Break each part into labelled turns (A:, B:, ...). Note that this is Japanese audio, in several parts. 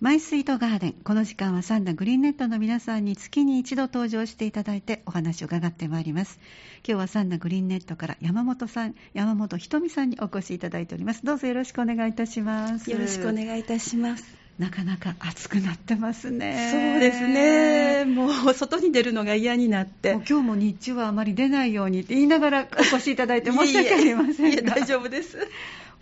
A: マイスイートガーデンこの時間はサンダグリーンネットの皆さんに月に一度登場していただいてお話を伺ってまいります今日はサンダグリーンネットから山本さん山本ひとみさんにお越しいただいておりますどうぞよろしくお願いいたします
B: よろしくお願いいたします
A: なかなか暑くなってますね
B: そうですねもう外に出るのが嫌になって
A: もう今日も日中はあまり出ないようにって言いながらお越しいただいて申し訳ありませんが
B: いや大丈夫です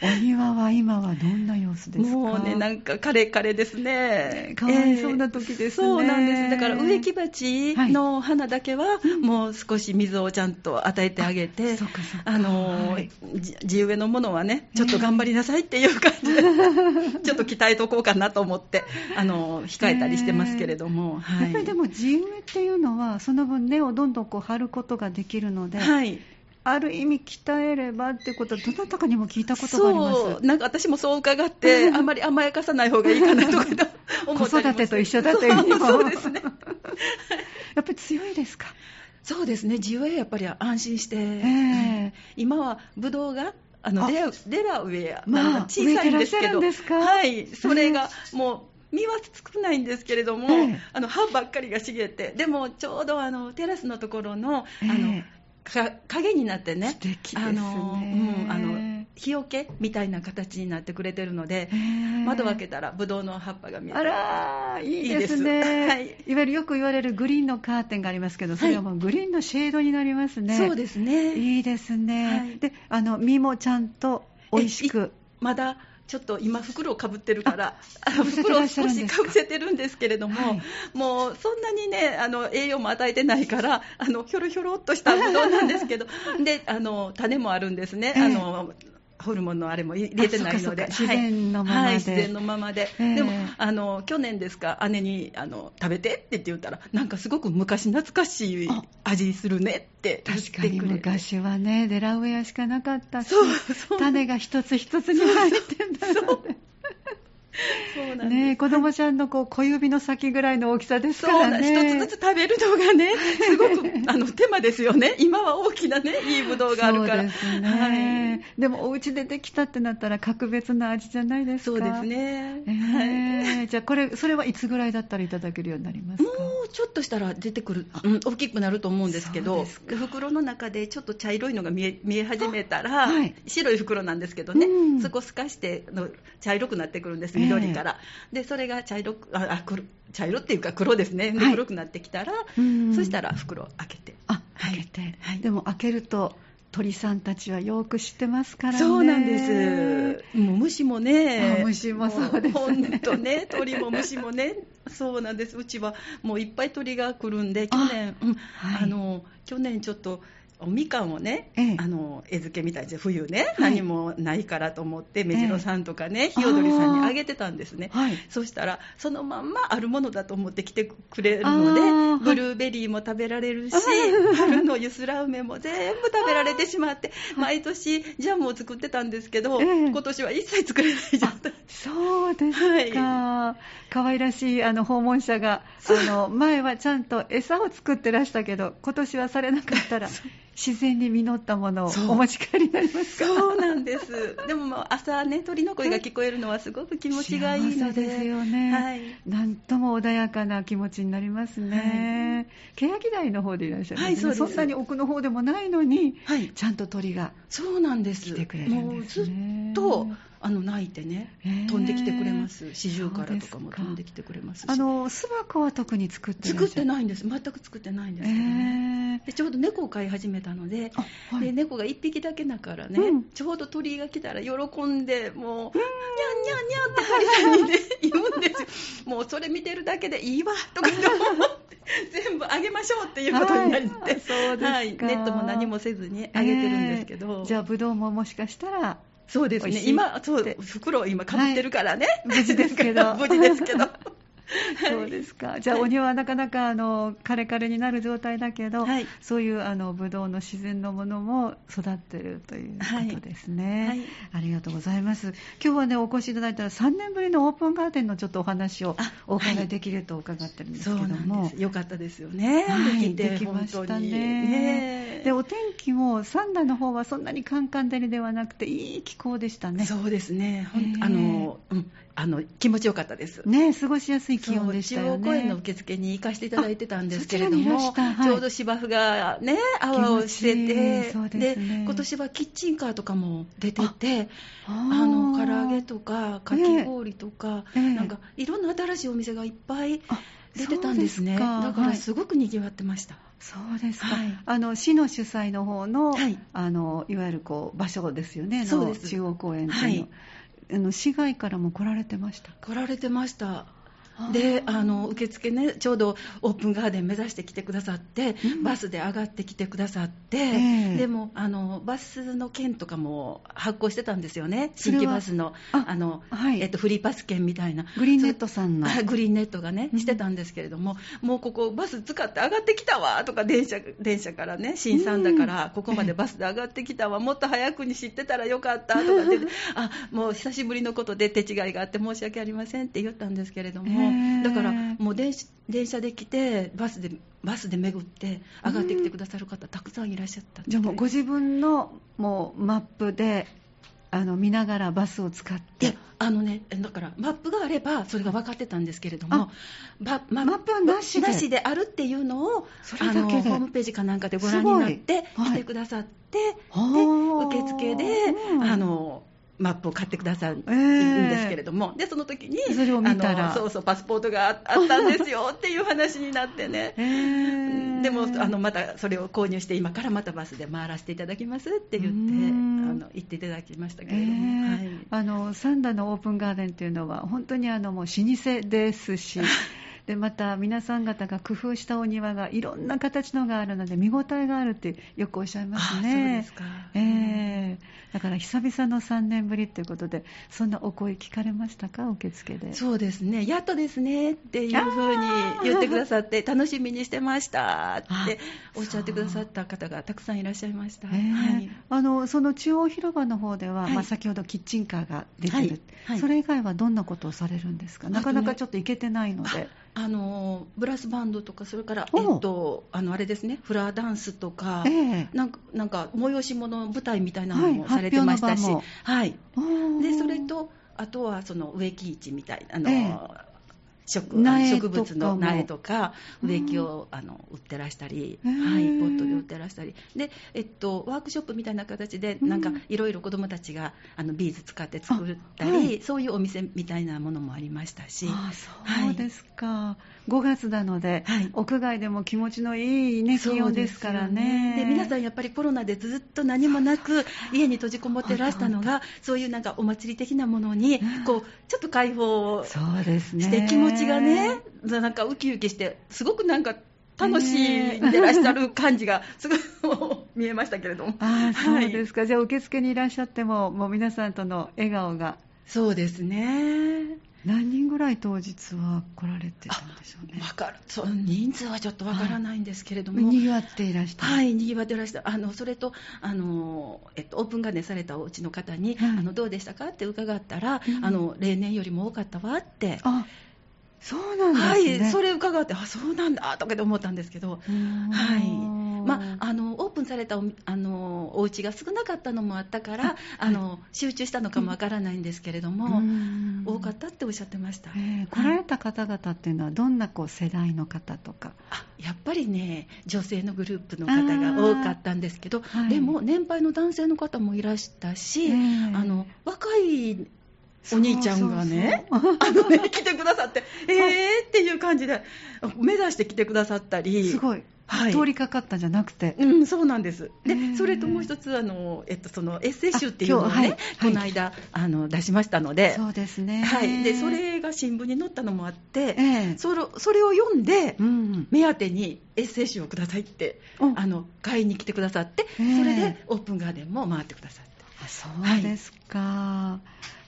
A: お庭は今はどんな様子ですか
B: もうねなんかカレカレですね
A: かわいそうな時ですね、
B: えーそうなんですだから植木鉢の花だけはもう少し水をちゃんと与えてあげて、
A: あそうかそうか
B: あのー
A: はい
B: じ地植えのものはねちょっと頑張りなさいっていう感じで、ちょっと鍛えとこうかなと思ってあのー控えたりしてますけれども、はい
A: やっぱりでも地植えっていうのはその分根をどんどんこう張ることができるので、
B: はい
A: ある意味鍛えればってことはどなたかにも聞いたことがあります
B: そうなんか私もそう伺っ て、あんまり甘やかさない方がいいかなとか思
A: 子
B: ったりも
A: 育てと一緒だという
B: そうそうです すね
A: やっぱり強いですか
B: そうですね自由やっぱり安心して、
A: ええ
B: 今はブドウがあの
A: あ
B: デラデラウェア
A: まあ
B: なんか小さいんです
A: 植えてらっし
B: けど、
A: ゃるんですか
B: はいそれがもう実は少ないんですけれども、
A: ええ
B: あの葉ばっかりが茂ってでもちょうどあのテラスのところの,、あの
A: え
B: か影になってね
A: 素敵ですね
B: あの、うん、あの日よけみたいな形になってくれてるので
A: え、え
B: 窓を開けたらブドウの葉っぱが見えて
A: あらーいいです
B: いい
A: ね
B: ですはい
A: いわゆるよく言われるグリーンのカーテンがありますけどそれはもうグリーンのシェードになりますね、
B: そうですね
A: いいですね、
B: はい
A: であの実もちゃんと美味しく
B: まだちょっと今袋をかぶってるからあの
A: ぶせて
B: 袋
A: ら
B: を
A: っしゃ
B: 少
A: るん
B: し
A: です
B: かぶせてるんですけれども、
A: はい
B: もうそんなにねあの栄養も与えてないからあのひょろひょろっとしたぶどうなんで すけどであの種もあるんですね、
A: ええ
B: あのホルモンのあれも入れてないので
A: あそうかそうか自然のままで
B: はいはい、自然のままで、
A: ええ
B: でもあの去年ですか姉にあの食べてって言って言ったらなんかすごく昔懐かしい
A: あ
B: 味するねって言って
A: 確かに
B: くれて
A: 昔はねデラウェアしかなかったし
B: そうそう
A: 種が一つ一つに入ってんだよね
B: そうなんです
A: ねえ子供ちゃんのこう小指の先ぐらいの大きさです
B: そ
A: か
B: う
A: ら
B: なん
A: ね
B: 一つずつ食べるのがね、すごくあの手間ですよね、今は大きなね、いいぶどうがあるから。
A: そうですね、でもお家でできたってなったら格別な味じゃないで
B: はい、
A: すか
B: そうですね、
A: え
B: はい
A: えじゃあこれそれはいつぐらいだったらいただけるようになります
B: も
A: か
B: うちょっとしたら出てくる、うん、大きくなると思うんですけ
A: そう
B: ど
A: です
B: 袋の中でちょっと茶色いのが見え見え始めたら、
A: あはい
B: 白い袋なんですけどね、
A: うん
B: そこ透かしてあの茶色くなってくるんです
A: ええ
B: 緑から、でそれが茶色くああ黒茶色っていうか黒ですねで
A: はい
B: 黒くなってきたら、
A: うん
B: そしたら袋を開けて
A: あ開けて、
B: はい
A: でも開けると鳥さんたちはよく知ってますからね
B: そうなんです。もう虫もね
A: あ、虫もそうですね
B: 本当ね、鳥も虫もね、そうなんです。うちはもういっぱい鳥が来るんで、去年、うん
A: はい
B: あの去年ちょっと。おみかんをね、
A: ええ
B: あの餌付けみたいで冬ね、
A: はい
B: 何もないからと思って目白さんとかね、
A: え
B: ひよどりさんにあげてたんですね
A: はい
B: そしたらそのまんまあるものだと思って来てくれるの
A: あー
B: でブルーベリーも食べられ るし春のゆすら梅も全部食べられてしま って毎年ジャムを作ってたんですけど
A: ええ
B: 今年は一切作れない状態
A: そうですか、可愛らしいあの訪問者があの前はちゃんと餌を作ってらしたけど今年はされなかったら自然に実ったものを
B: そう
A: お持ち帰りになりますか
B: そうなんです でももう朝ね鳥の声が聞こえるのはすごく気持ちがいいの
A: 幸せ
B: で
A: ですよね、
B: はい
A: なんとも穏やかな気持ちになりますね、欅台の方でいらっしゃるんですね、
B: はいそうです
A: んなに奥の方でもないのに、
B: はい
A: ちゃんと鳥が
B: そうなんです
A: 来てくれるんですね
B: もうずっとあの泣いてね
A: へえ
B: 飛んできてくれます四十からとかも飛んできてくれますし
A: あの巣箱は特に作ってらっしゃ
B: 作って
A: い
B: ないんです全く作ってないんです
A: え
B: けどね、
A: え
B: でちょうど猫を飼い始めたので,、
A: あはい
B: で猫が1匹だけだからね、
A: うん
B: ちょうど鳥が来たら喜んでもう「にゃんにゃんにゃん」ってハリさんにね 言うんですよもうそれ見てるだけでいいわとかって思 って全部あげましょうっていうことになりて、
A: はいあそうですか
B: はい、ネットも何もせずにあげてるんですけど、
A: えーじゃあブドウももしかしたら
B: そうです
A: 美
B: ね
A: 味しい
B: 今そう袋を今かぶってるからね、
A: はい無事ですけど
B: 無事ですけど
A: そうですかじゃあお庭はなかなかあのカレカレになる状態だけど、
B: はい
A: そういうあのブドウの自然のものも育ってるということですね、
B: はいはい
A: ありがとうございます今日はねお越しいただいたら3年ぶりのオープンガーデンのちょっとお話を
B: あ
A: お伺いできると伺ってるんですけ
B: そ
A: ど
B: うなん
A: も、
B: ですよかったですよね、
A: はい
B: できて
A: できまし
B: 本
A: た
B: 当
A: ね
B: に
A: でお天気もサンダの方はそんなにカンカン照りではなくていい気候でしたね
B: そうですね、ほ
A: へえ
B: んあの、うんあの気持ちよかったです。
A: ね過ごしやすい気温でした
B: そ
A: よ
B: う中央公園の
A: ね。
B: 受付に行かせていただいてたんですけれど
A: あ
B: も、
A: そちらにいらしたはい
B: ちょうど芝生がね、泡をして
A: 気持ちいい
B: て、
A: そうですね
B: 今年はキッチンカーとかも出てて、
A: あ
B: あ
A: ー
B: の唐揚げとかかき氷とか、
A: ええ
B: なんかいろんな新しいお店がいっぱい
A: あ
B: 出てたんですね。
A: そうか
B: だか
A: は
B: ら
A: い
B: すごく賑わってました。
A: そうですか、
B: はい
A: あの市の主催の方の、
B: はい
A: あのいわゆるこう場所ですよね、
B: そうです
A: の中央公園というの,、
B: はい
A: あの市外からも来られてました。
B: 来られてました。であの受付ねちょうどオープンガーデン目指して来てくださって、
A: うん
B: バスで上がってきてくださって、
A: ええ
B: でもあのバスの券とかも発行してたんですよね
A: そ
B: 新
A: れは
B: 規バスの
A: あ
B: あの、
A: はい
B: えっと、フリーパス券みたいな。
A: グリーンネットさんの
B: あ グリーンネットがね
A: うん
B: してたんですけれども、もうここバス使って上がってきたわとか電車電車からね新三だから、ここまでバスで上がってきたわもっと早くに知ってたらよかったとかってあもう久しぶりのことで手違いがあって申し訳ありませんって言ったんですけれど
A: へ
B: も
A: ー
B: だからもう電車電車で来てバスでバスで巡って上がってきてくださる方たくさんいらっしゃった
A: じゃあもうご自分のもうマップであの見ながらバスを使っ
B: いや
A: て
B: あのねだからマップがあればそれが分かってたんですけれども
A: あ
B: ばま
A: マップはなしで
B: なしであるっていうのを
A: それだ
B: あ
A: け
B: のホ
A: で
B: ームページかなんかでご覧になって
A: すごいはい
B: 来てくださって、
A: はあ
B: で受付で、
A: うん
B: あのマップを買ってくださるん
A: ええ
B: ですけれども、でその時に
A: それを見たら。
B: あのそうそうパスポートがああったんですよっていう話になってね
A: へえ
B: でもあのまたそれを購入して今からまたバスで回らせていただきますって言って
A: うん
B: あの行っていただきましたけ
A: え
B: れども、はい
A: えあのサンダのオープンガーデンというのは本当にあのもう老舗です しでまた皆さん方が工夫したお庭がいろんな形のがあるので見応えがあるってよくおっしゃいます
B: あそうで
A: ね
B: す。か、
A: ええだから久々の3年ぶりということでそんなお声聞かれましたか受付で
B: そうですね、やっとですねっていうふうに言ってくださって、楽しみにしてましたっておっしゃってくださった方がたくさんいらっしゃいました。
A: ええ
B: はい
A: あのその中央広場の方では、
B: はい
A: まあ、先ほどキッチンカーが出てる、
B: はいはい
A: それ以外はどんなことをされるんですか、
B: あとね
A: なかなかちょっと行けてないので、
B: あのブラスバンドとか、それから、え
A: お
B: っ
A: う
B: と、あのあれですね、フラダンスとか、
A: ええ
B: なんかなんか催し物、舞台みたいなの
A: は
B: も
A: い
B: されてましたし、
A: 発
B: はい
A: 表の
B: でそれと、あとはその植木市みたいな、あの
A: ええ
B: 植
A: 苗
B: 植物
A: とか
B: の
A: も
B: 苗とか植木を、あの売ってらしたり、
A: へ
B: は
A: え
B: い、ポットで売ってらしたりで、えっと、ワークショップみたいな形で、
A: うん
B: なんかいろいろ子どもたちがあのビーズ使って作ったり、
A: あはい
B: そういうお店みたいなものもありましたし。
A: ああそうですか、5月なので、
B: はい
A: 屋外でも気持ちのいい、ね、気温ですからね
B: そうですよで皆さ
A: ん
B: んやっぱりコロナでずっと何もなく家に閉じこもってらしたのがそういうなんかお祭り的なものに
A: うん
B: こうちょっと解放を
A: そうですね
B: して気持ちがねなんかウキウキしてすごくなんか楽し
A: ね
B: んでらっしゃる感じ がすごい見えましたけれども
A: ああそ
B: は
A: う
B: い
A: ですか、じゃあ受付にいらっしゃってももう皆さんとの笑顔が
B: そうですね
A: 何人ぐらい当日は来られてたんでしょうね
B: わかるそう人数はちょっとわからないんですけれども、
A: にぎわっていらした
B: はい、にぎわってらしたあのそれとあの、えっと、オープンガーデンされたお家の方に、
A: はい
B: あのどうでしたかって伺ったら、
A: うん
B: あの例年よりも多かったわって、
A: あそうなん
B: は
A: ですね。
B: い、それ伺って、あそうなんだとかって思ったんですけど。
A: うーん。
B: はいまあ、あのオープンされたおあのお家が少なかったのもあったからあの集中したのかもわからないんですけれ
A: う
B: ど
A: ー
B: も、
A: ん
B: 多かったっておっしゃってました、
A: えー来られた方々っていうのはどんなこう世代の方とか。
B: あやっぱりね女性のグループの方が多かったんですけど、
A: はい
B: でも年配の男性の方もいらしたし、
A: えー
B: あの若いお兄ちゃんがね、
A: そうそうそう
B: あのね 来てくださって、えーっていう感じで、目指して来てくださったり、
A: すごい、
B: はい
A: 通りかかったじゃなくて。
B: うん、そうなんです。で、
A: へー
B: それともう一つ、あの、えっと、そのエッセイ集っていうのをね、
A: あ今日はい
B: この間、あの、出しましたので、
A: そうですね。
B: はい。で、それが新聞に載ったのもあって、
A: ええ
B: それそれを読んで、
A: うん。
B: 目当てにエッセイ集をくださいって、
A: お
B: あの、買いに来てくださって、そ
A: へー
B: れでオープンガーデンも回ってくださって。
A: あそうですか、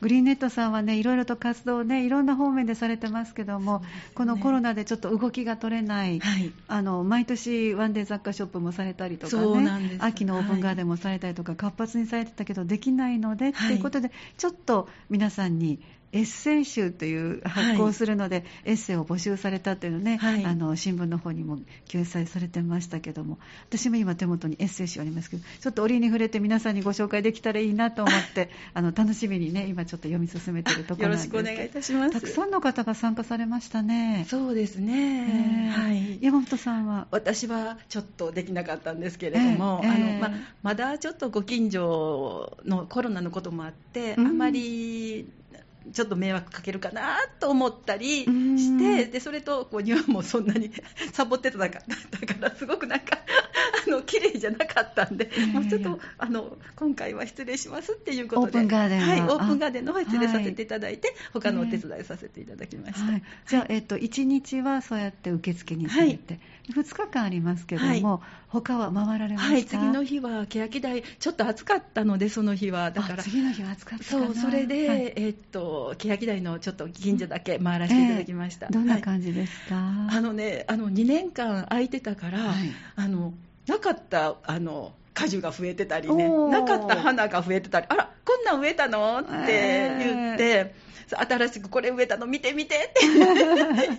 A: グリーンネットさんはねいろいろと活動をねいろんな方面でされてますけども、このコロナでちょっと動きが取れない、
B: はい。
A: あの毎年ワンデー雑貨ショップもされたりとか
B: そうなんで
A: ね
B: す
A: 秋のオープンガーデンもされたりとか、活発にされてたけどできないので、
B: はい
A: ということでちょっと皆さんにエッセイ集という発行するので、エッセイを募集されたというのね、
B: はい
A: あの新聞の方にも掲載されてましたけども私も今手元にエッセイ集ありますけどちょっと折に触れて皆さんにご紹介できたらいいなと思って あの楽しみにね今ちょっと読み進めてるとこ
B: よ
A: ろなんです
B: ろし
A: けど
B: くお願いいたします。
A: たくさんの方が参加されましたね。
B: そうです
A: え
B: ね。
A: ー
B: はい。
A: 山本さんは
B: 私はちょっとできなかったんですけれども、
A: ええ
B: あ
A: ええ
B: のままだちょっとご近所のコロナのこともあって、
A: うん
B: あまりちょっと迷惑かけるかなと思ったりし
A: う
B: て、
A: ん
B: でそれとこう庭もそんなにサボってただかだからすごくなんかあの綺麗じゃなかったんで、
A: やいや
B: もうちょっとあの今回は失礼しますっていうことで
A: オープンガーデンは
B: はい、
A: あ
B: オープンガーデンの方失礼
A: はい
B: させていただいて、他のお手伝いさせていただきました。
A: はい、じゃあ、えっと、1日はそうやって受付にされて、2日間ありますけども、他は回られました
B: はい、次の日は欅台、ちょっと暑かったので、その日は、だか
A: あ
B: ら、
A: 次の日は暑かったか
B: そ
A: な
B: う、それで、
A: はい
B: えっと、欅台のちょっと近所だけ回らせていただきました。
A: どん
B: は
A: ない感じですか、
B: あのね、あの2年間空いてたから、
A: はい
B: あのなかったあの果樹が増えてたりね、
A: おー
B: なかった花が増えてたり、あら、こんなん植えたのって言って、新しくこれ植えたの見て見てっていう感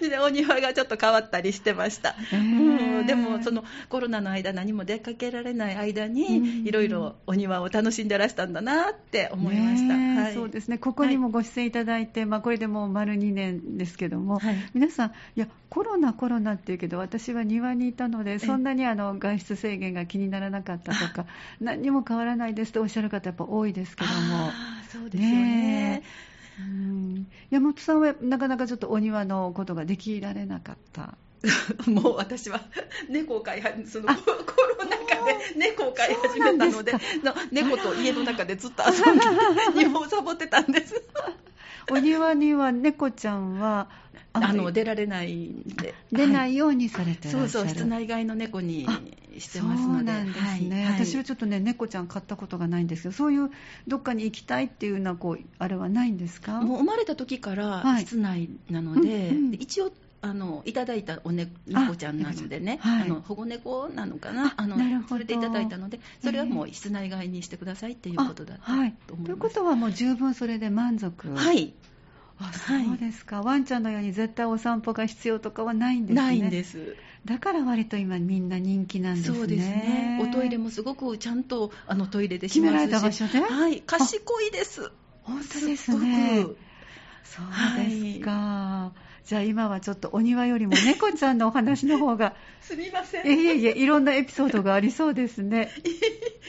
B: じで、お庭がちょっと変わったりしてました。
A: えー
B: うん、でもそのコロナの間何も出かけられない間
A: うん
B: にいろいろお庭を楽しんでらしたんだなって思いました、
A: ねえ
B: はい、
A: そうですねここにもご出演いただいて、まあ、これでもう丸2年ですけども、
B: はい
A: 皆さん、いやコロナ、コロナっていうけど私は庭にいたのでそんなにあの外出制限が気にならなかったとか何にも変わらないですとおっしゃる方やっぱ多いですけども。
B: あーそうですよね
A: えうん山本さんはなかなかちょっとお庭のことができられなかった。
B: もう私は猫を飼いはその
A: あ
B: ココロナ禍で猫を飼い始めたので
A: そう
B: の猫と家の中でずっと遊んで庭をサボってたんです
A: お庭には猫ちゃんは
B: あ
A: んまり
B: の出られないんで
A: 出な
B: はい
A: ようにされてら
B: そ
A: っ
B: う
A: しゃ
B: そう
A: る。
B: 室内外の猫にしてます
A: そう
B: ので
A: なんですね、
B: はい
A: 私はちょっとね猫ちゃん飼ったことがないんですけどそういうどっかに行きたいっていうのはこうあれはないんですか
B: もう生まれた時か
A: はい
B: ら室内なので、
A: うんうん
B: で一応あのいただいたお、ね、猫ちゃんなのでね
A: あ
B: あ、
A: はい
B: の保護猫なのかな
A: あ
B: あの
A: なるほど
B: 連れていただいたのでそれはもう室内外にしてくださいっていうことだった
A: あはい
B: と思
A: とい
B: い
A: う
B: ま
A: こ
B: す。
A: とはもう十分それで満足
B: はい、
A: あそうですか、ワンちゃんのように絶対お散歩が必要とかはないんですね
B: ないんです
A: だから割と今みんな人気なんですね
B: そうですねおトイレもすごくちゃんとあのトイレでし
A: 決め
B: ま
A: ら
B: す
A: れ
B: した
A: 場所で
B: はい、賢いです
A: 本当
B: す
A: です
B: っご
A: ね
B: く
A: そうですか、じゃあ今はちょっとお庭よりも猫ちゃんのお話の方 が
B: すみません
A: いえいえいえいろんなエピソードがありそうですね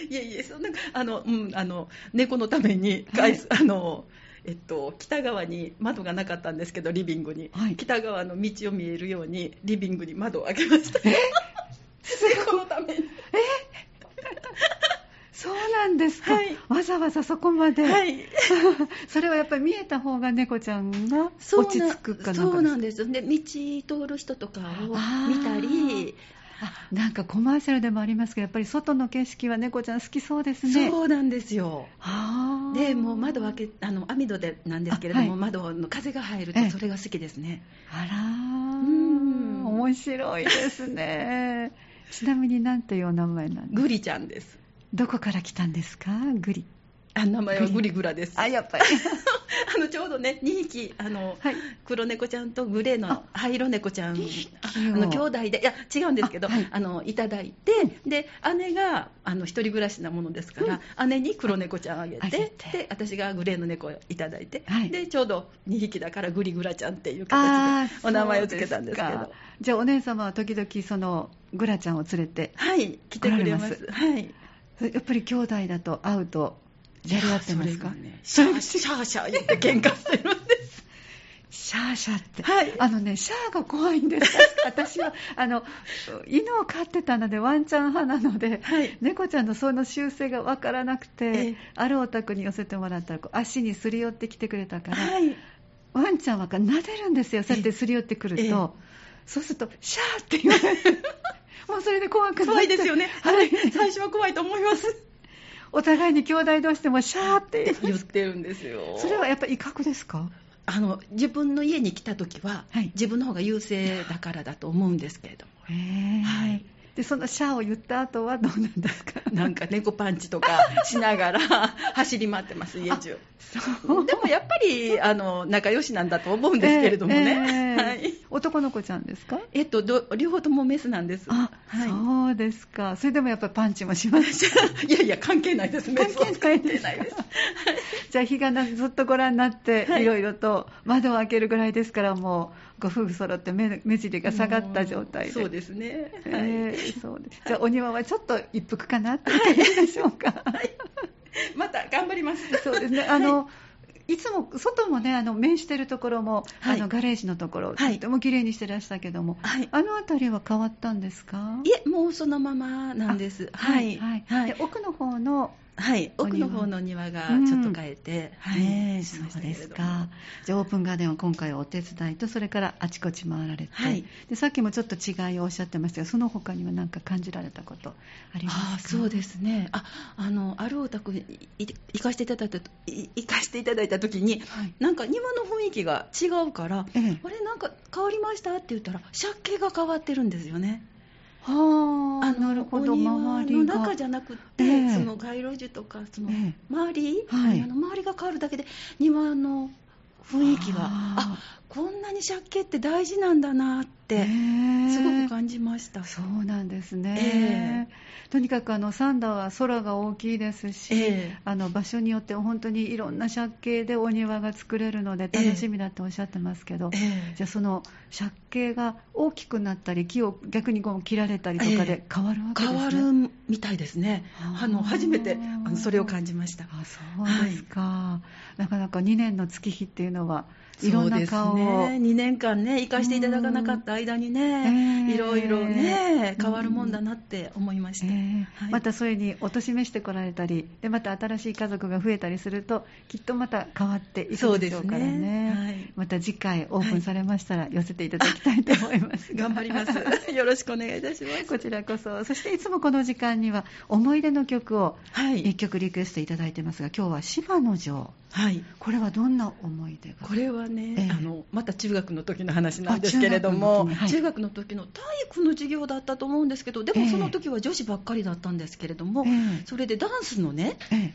B: いえいえ、そんなあの、うん、あの猫のために、外出あの。えっと、北側に窓がなかったんですけどリビングに、
A: はい
B: 北側の道を見えるようにリビングに窓を開けました 猫のために
A: そうなんですか、
B: はい
A: わざわざそこまで、
B: はい
A: それはやっぱり見えた方が猫ちゃんが
B: そう
A: 落
B: な
A: ち着くかな
B: そ
A: んか
B: う
A: で
B: な
A: す
B: ん
A: か
B: ですで道通る人とかを
A: あー
B: 見たり
A: あなんかコマーシャルでもありますけどやっぱり外の景色は猫ちゃん好きそうですね
B: そうなんですよ
A: あー
B: でもう窓を開けあの網戸でなんですけれど
A: あ
B: も、
A: はい
B: 窓の風が入る
A: ええ
B: とそれが好きですね、
A: あらー
B: ん
A: 面白いですねちなみに何ていうお名前なんですか
B: グリちゃんです
A: どこから来たんですかグリ
B: あ名前はグリグラです
A: やっぱり
B: あのちょうどね2匹あの
A: はい
B: 黒猫ちゃんとグレー
A: あ
B: の灰色猫ちゃん
A: 二匹を
B: あの兄弟でいや違うんですけど
A: あ
B: あ、
A: はい
B: のいただいて、で姉があの一人暮らしなものですから、姉に黒猫ちゃんあげて
A: あげて
B: で私がグレーの猫をいただいて、
A: はい
B: でちょうど2匹だからグリグラちゃんっていう形でお名前をつけたんですけ
A: そう
B: ど
A: かじゃあお姉様は時々そのグラちゃんを連れて
B: はい来てくれます
A: 来られ
B: はい
A: やっぱり兄弟だと会うとやり合ってますか
B: いやそれがねシャーシャーシャー言って喧嘩してるんです
A: シャーシャーって、
B: はい
A: あのねシャーが怖いんです 私はあの犬を飼ってたのでワンちゃん派なので
B: はい
A: 猫ちゃんのその習性が分からなくて、
B: ええ
A: あるお宅に寄せてもらったらこう足にすり寄ってきてくれたから、
B: はい
A: ワンちゃんは撫でるんですよ、そうやってすり寄ってくると、そうすると、シャーって言われ て、もうそれで怖くなって
B: 怖いですよね、
A: はい、
B: 最初は怖いと思います
A: お互いに兄弟同士でもシャーって言う
B: 言ってるんですよ
A: それはやっぱり威嚇ですか
B: あの自分の家に来た時は、
A: はい
B: 自分の方が優勢だからだと思うんですけれども、
A: へえ
B: はい
A: でそのシャーを言った後はどうなんですか
B: なんか猫パンチとかしな がら走り回ってます家中
A: そう
B: でもやっぱりあの仲良しなんだと思うんですけれどもね、
A: ええええ
B: はい
A: 男の子ちゃんですか
B: えっとど両方ともメスなんです
A: あ、
B: はい
A: そうですかそれでもやっぱりパンチもしますし
B: いやいや関係ないですメスは
A: 関係ないですか
B: 関係ないです
A: じゃあ日がなずっとご覧になって、
B: はい
A: い、ろいろと窓を開けるぐらいですからもうご夫婦揃って目目尻が下がった状態で
B: そうですね、はい
A: ええそうですじゃあお庭はちょっと一服かなっていう感じでしょうか、
B: また頑張ります
A: そうですねあの、い、つも外もねあの面してるところも、
B: はい
A: あのガレージのところ、
B: はい
A: とても綺麗にしてらしたけども、
B: はい
A: あの辺りは変わったんですか
B: いえもうそのままなんですはい
A: はい
B: はい
A: で奥の方の、
B: はい、
A: お
B: 奥
A: 庭
B: の方の庭がちょっと変えて、はい
A: ねえ
B: しまし
A: そ
B: た
A: う
B: けれ
A: で
B: ど
A: すかじゃあオープンガーデンは今回はお手伝いとそれからあちこち回られて、
B: はい
A: でさっきもちょっと違いをおっしゃってましたがその他には何か感じられたことありますか
B: ああそうですねああのあるお宅にい行かせていただいたとい行かせていただいた時に
A: はい
B: なんか庭の雰囲気が違うから
A: ええ
B: あれなんか変わりましたって言ったら借景が変わってるんですよね
A: はあ
B: あの
A: なるほど
B: お庭
A: 周
B: の
A: りが
B: 中じゃなくって、
A: ええ
B: その街路樹とかその
A: ええ
B: 周り、
A: はい
B: あの周りが変わるだけで庭の雰囲気が
A: あ
B: あこんなに借景って大事なんだなっ
A: え
B: て
A: え
B: すごく感じました、
A: そうなんですね、とにかくあのサンダーは空が大きいですし、
B: ええ
A: あの場所によって本当にいろんな借景でお庭が作れるので楽しみだっておっしゃってますけど、
B: ええ
A: じゃあその借景が大きくなったり木を逆にこう切られたりとか
B: え
A: で変わるわけです
B: 変
A: ね、
B: わるみたいですね、
A: あー
B: あの初めてあのそれを感じました。
A: あそうですか、なかなか2年の月日っていうのはいろんな顔を、
B: そうですね、2年間ね、行かせていただかなかった間に
A: うん
B: ね、
A: ええ
B: いろいろね、変わるもんだなって思いました。
A: ええ
B: はい
A: またそれにおとしめしてこられたりでまた新しい家族が増えたりするときっとまた変わっていくでしょうからね
B: そうですねはい
A: また次回オープンされましたら寄せていただきたいと思います
B: 頑張りますよろしくお願いいたします。
A: こちらこそそしていつもこの時間には思い出の曲を
B: は
A: 1
B: い、
A: 曲リクエストいただいてますが今日は「芝の城
B: はい、」
A: これはどんな思い出が
B: これはね、
A: ええ
B: あのまた中学の時の話なんですけれど
A: あ中学の
B: も
A: 時にはい
B: 中学の時の体育の授業だったと思うんですけどで
A: え
B: も
A: え
B: その時は女子ばっかりだったんですけれども、
A: ええ
B: それでダンスのね
A: え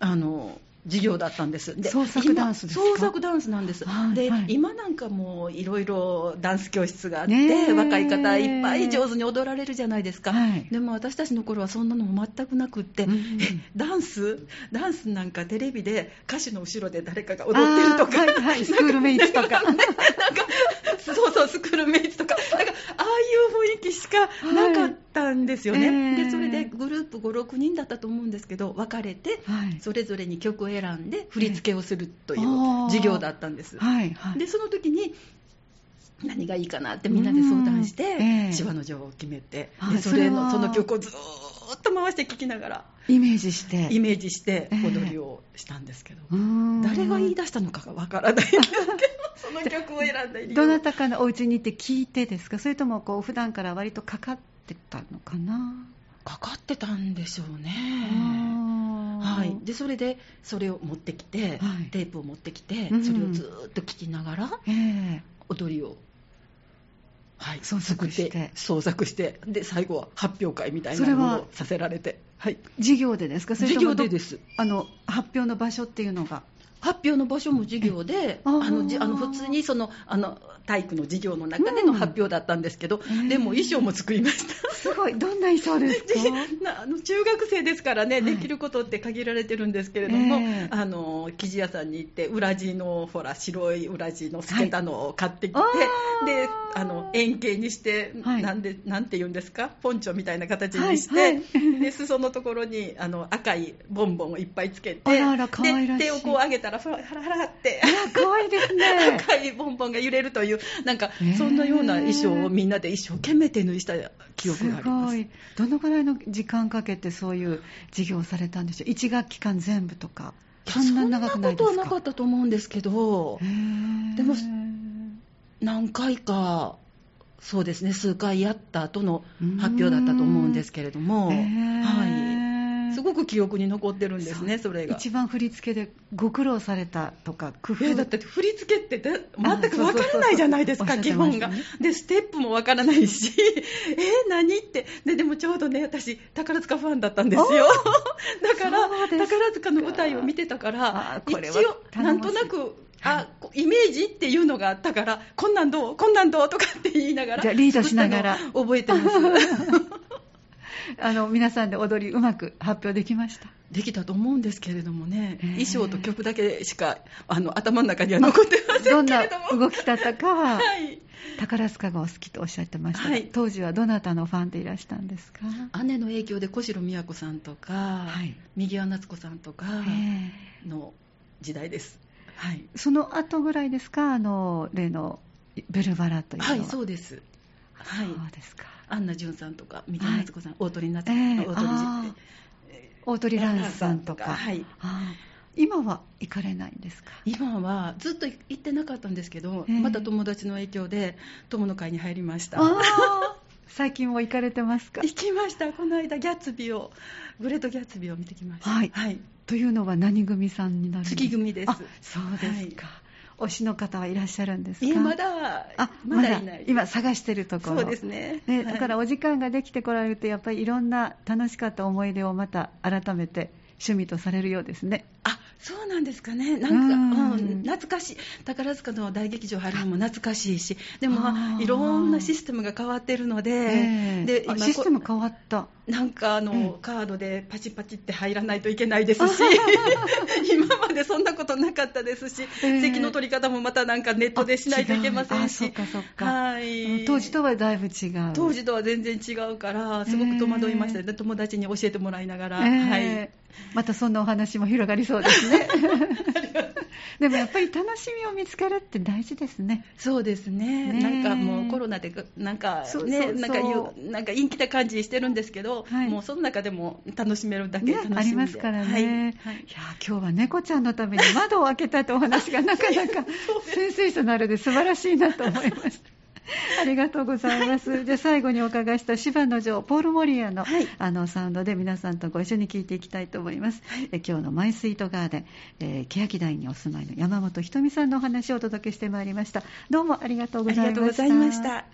B: あの授業だったんですで
A: 創作ダンスですか
B: 今創作ダンスなんです、
A: はい
B: で
A: はい
B: 今なんかもういろいろダンス教室があって、
A: ねえ
B: 若い方いっぱい上手に踊られるじゃないですか、
A: はい
B: でも私たちの頃はそんなのも全くなくって、
A: うんうん
B: えダンスダンスなんかテレビで歌手の後ろで誰かが踊ってるとか、
A: あーはいは いスクールメイツとか
B: そうそう、スクールメイツとか、なんか、ああいう雰囲気しかなかったんですよね。
A: はいえー
B: で、それでグループ5、6人だったと思うんですけど、別れて、
A: はい
B: それぞれに曲を選んで、振り付けをするとい
A: ええあ
B: う
A: ー
B: 授業だったんです。
A: はいはい
B: で、その時に、何がいいかなってみんなで相談して、
A: うんええ
B: 芝の女王を決めて、
A: はい
B: でそれの
A: そ
B: そ
A: れは
B: の曲をずーっと回して聴きながら、
A: イメージして
B: イメージして
A: ええ
B: 踊りをしたんですけど、
A: うーん
B: 誰が言い出したのかがわからないんです けど、その曲を選んだ理由
A: どなたかのお家に行って聞いてですかそれともこう普段から割とかかってたのかな、
B: かかってたんでしょうね。
A: は
B: はい、でそれでそれを持ってきて、
A: はい
B: テープを持ってきて、
A: うん
B: それをずーっと聞きながら
A: ええ
B: 踊りを、はい、
A: 創作して
B: 作っ創作してで最後は発表会みたい
A: それ
B: な
A: は
B: ものをさせられて、はい、
A: 授業でですかそれ
B: 授
A: とも
B: 業
A: ど
B: でです
A: あの発表の場所っていうのが
B: 発表の場所も授業で
A: あ
B: あ
A: ー
B: のじあの普通にそのあの体育の授業の中での発表だったんですけど、
A: ん
B: でも衣装も作りました。
A: すごいどんな衣装 ですか
B: ぜひなあの中学生ですから
A: は
B: ね、
A: い
B: できることって限られてるんですけれども、
A: ええ
B: あの生地屋さんに行って裏地のほら白い裏地の透けたのを買ってきて、
A: あー
B: であの円形にして、
A: はい
B: なんでなんて言うんですかポンチョみたいな形にして、
A: はいは
B: で裾のところにあの赤いボンボンをいっぱいつけて
A: あらあら可愛らしい
B: で手をこう上げたらふらふらふらって。
A: 可愛いですね
B: 赤いボンボンが揺れるという、なんか
A: ええ
B: そんなような衣装をみんなで一生懸命手縫いした記憶があります
A: ご。いどのぐらいの時間かけてそういう授業をされたんでしょう1学期間全部とかそんな長くないですか
B: そんなことはなかったと思うんですけど、
A: へえ
B: でも何回か、そうですね、数回やった後の発表だったと思うんですけれども、
A: へえ
B: はい、すごく記憶に残ってるんですね、それが。
A: 一番振り付けでご苦労されたとか工
B: いや
A: 夫
B: だって振り付けってだ
A: あ
B: 全く
A: そうそう
B: わ
A: そう
B: からないじゃないです
A: おっし
B: か
A: ゃって
B: 基
A: ま
B: 本
A: した
B: が
A: ね
B: でステップもわからないし えー何ってででもちょうどね私宝塚ファンだったんですよ だか
A: そ
B: ら
A: うですか
B: 宝塚の舞台を見てたか
A: あー
B: ら一
A: これは
B: 応な
A: 頼
B: ん
A: もし
B: と
A: い
B: なくあこイメージっていうのがあったからこんなんどうこんなんどうとかって言いながら
A: じゃあリードしながら
B: 作ったのを覚えてます
A: あの皆さんで踊りうまく発表できました
B: できたと思うんですけれどもね
A: えー
B: 衣装と曲だけしかあの頭の中には残ってませ
A: ど
B: ん
A: ん
B: け
A: な
B: れども
A: 動きだったかは
B: はい
A: 宝塚がお好きとおっしゃってましたが、
B: はい
A: 当時はどなたのファンでいらしたんですか
B: 姉の影響で小城美和子さんとか、
A: い
B: 右輪夏子さんとか
A: え
B: の時代です。はい、
A: えその後ぐらいですかあの例のベルバラというのは、
B: はい、
A: そ
B: そううです。はい、
A: ですか
B: アンナ淳さんとか、右輪夏子さん、大鳥夏
A: え
B: 子、
A: え
B: 大鳥
A: ああ大鳥
B: じ
A: 蘭さんとか
B: はい。
A: ああ今は行かれないんですか
B: 今はずっと行ってなかったんですけど、
A: ええ
B: また友達の影響で友の会に入りました。
A: ああ最近も行かれてますか
B: 行きました。この間ギャッツビーをグレートギャッツビーを見てきました。
A: はい
B: はい、
A: というのは何組さんになるんですか
B: 月組です
A: あ。そうですか、推しの方はいらっしゃるんですか
B: いやまだ
A: あ
B: ま
A: ま
B: だ
A: だ
B: いない。
A: 今探してるところ
B: そうですね。
A: ね
B: はい
A: だからお時間ができてこられるとやっぱりいろんな楽しかった思い出をまた改めて趣味とされるようですね
B: あそうなんですかね、なん
A: う
B: か、うんん、懐かしい、宝塚の大劇場入るのも懐かしいし、でも、
A: あー
B: いろんなシステムが変わってるので、で
A: で
B: 今
A: システム変わった
B: なんかあの、
A: うん
B: カードでパチパチって入らないといけな いですし、今までそんなことなかったですし、
A: ええ
B: 席の取り方もまたなんかネットでしないといけません
A: あ違う
B: し
A: あ。そっかそっか、
B: はい、
A: 当時とはだいぶ違う
B: 当時とは全然違うからすごく戸惑いましたね、友達に教えてもらいなが
A: え
B: ら、
A: ー
B: はい、
A: またそんなお話も広がりそうです ねでもやっぱり楽しみを見つけるって大事ですね
B: そうですね
A: ねえ
B: なんかもうコロナでがなんかね
A: そうそうそう
B: なんかいうなんか陰気な感じしてるんですけど、
A: はい
B: もうその中でも楽しめるだけ
A: ね
B: 楽しんで、
A: ありますからね、
B: はいい、はい
A: や今日は猫ちゃんのために窓を開けたってお話がなかな かセンセーショナルで素晴らしいなと思いました。ありがとうございます。じゃあ最後にお伺いした芝の城ポール・モリアの,、
B: はい
A: あのサウンドで皆さんとご一緒に聞いていきたいと思います。え今日のマイスイートガーデン、えー、欅台にお住まいの山本ひとみさんのお話をお届けしてまいりました。どうもありがとう
B: あ
A: ご
B: り
A: ざいました。
B: がとうございました。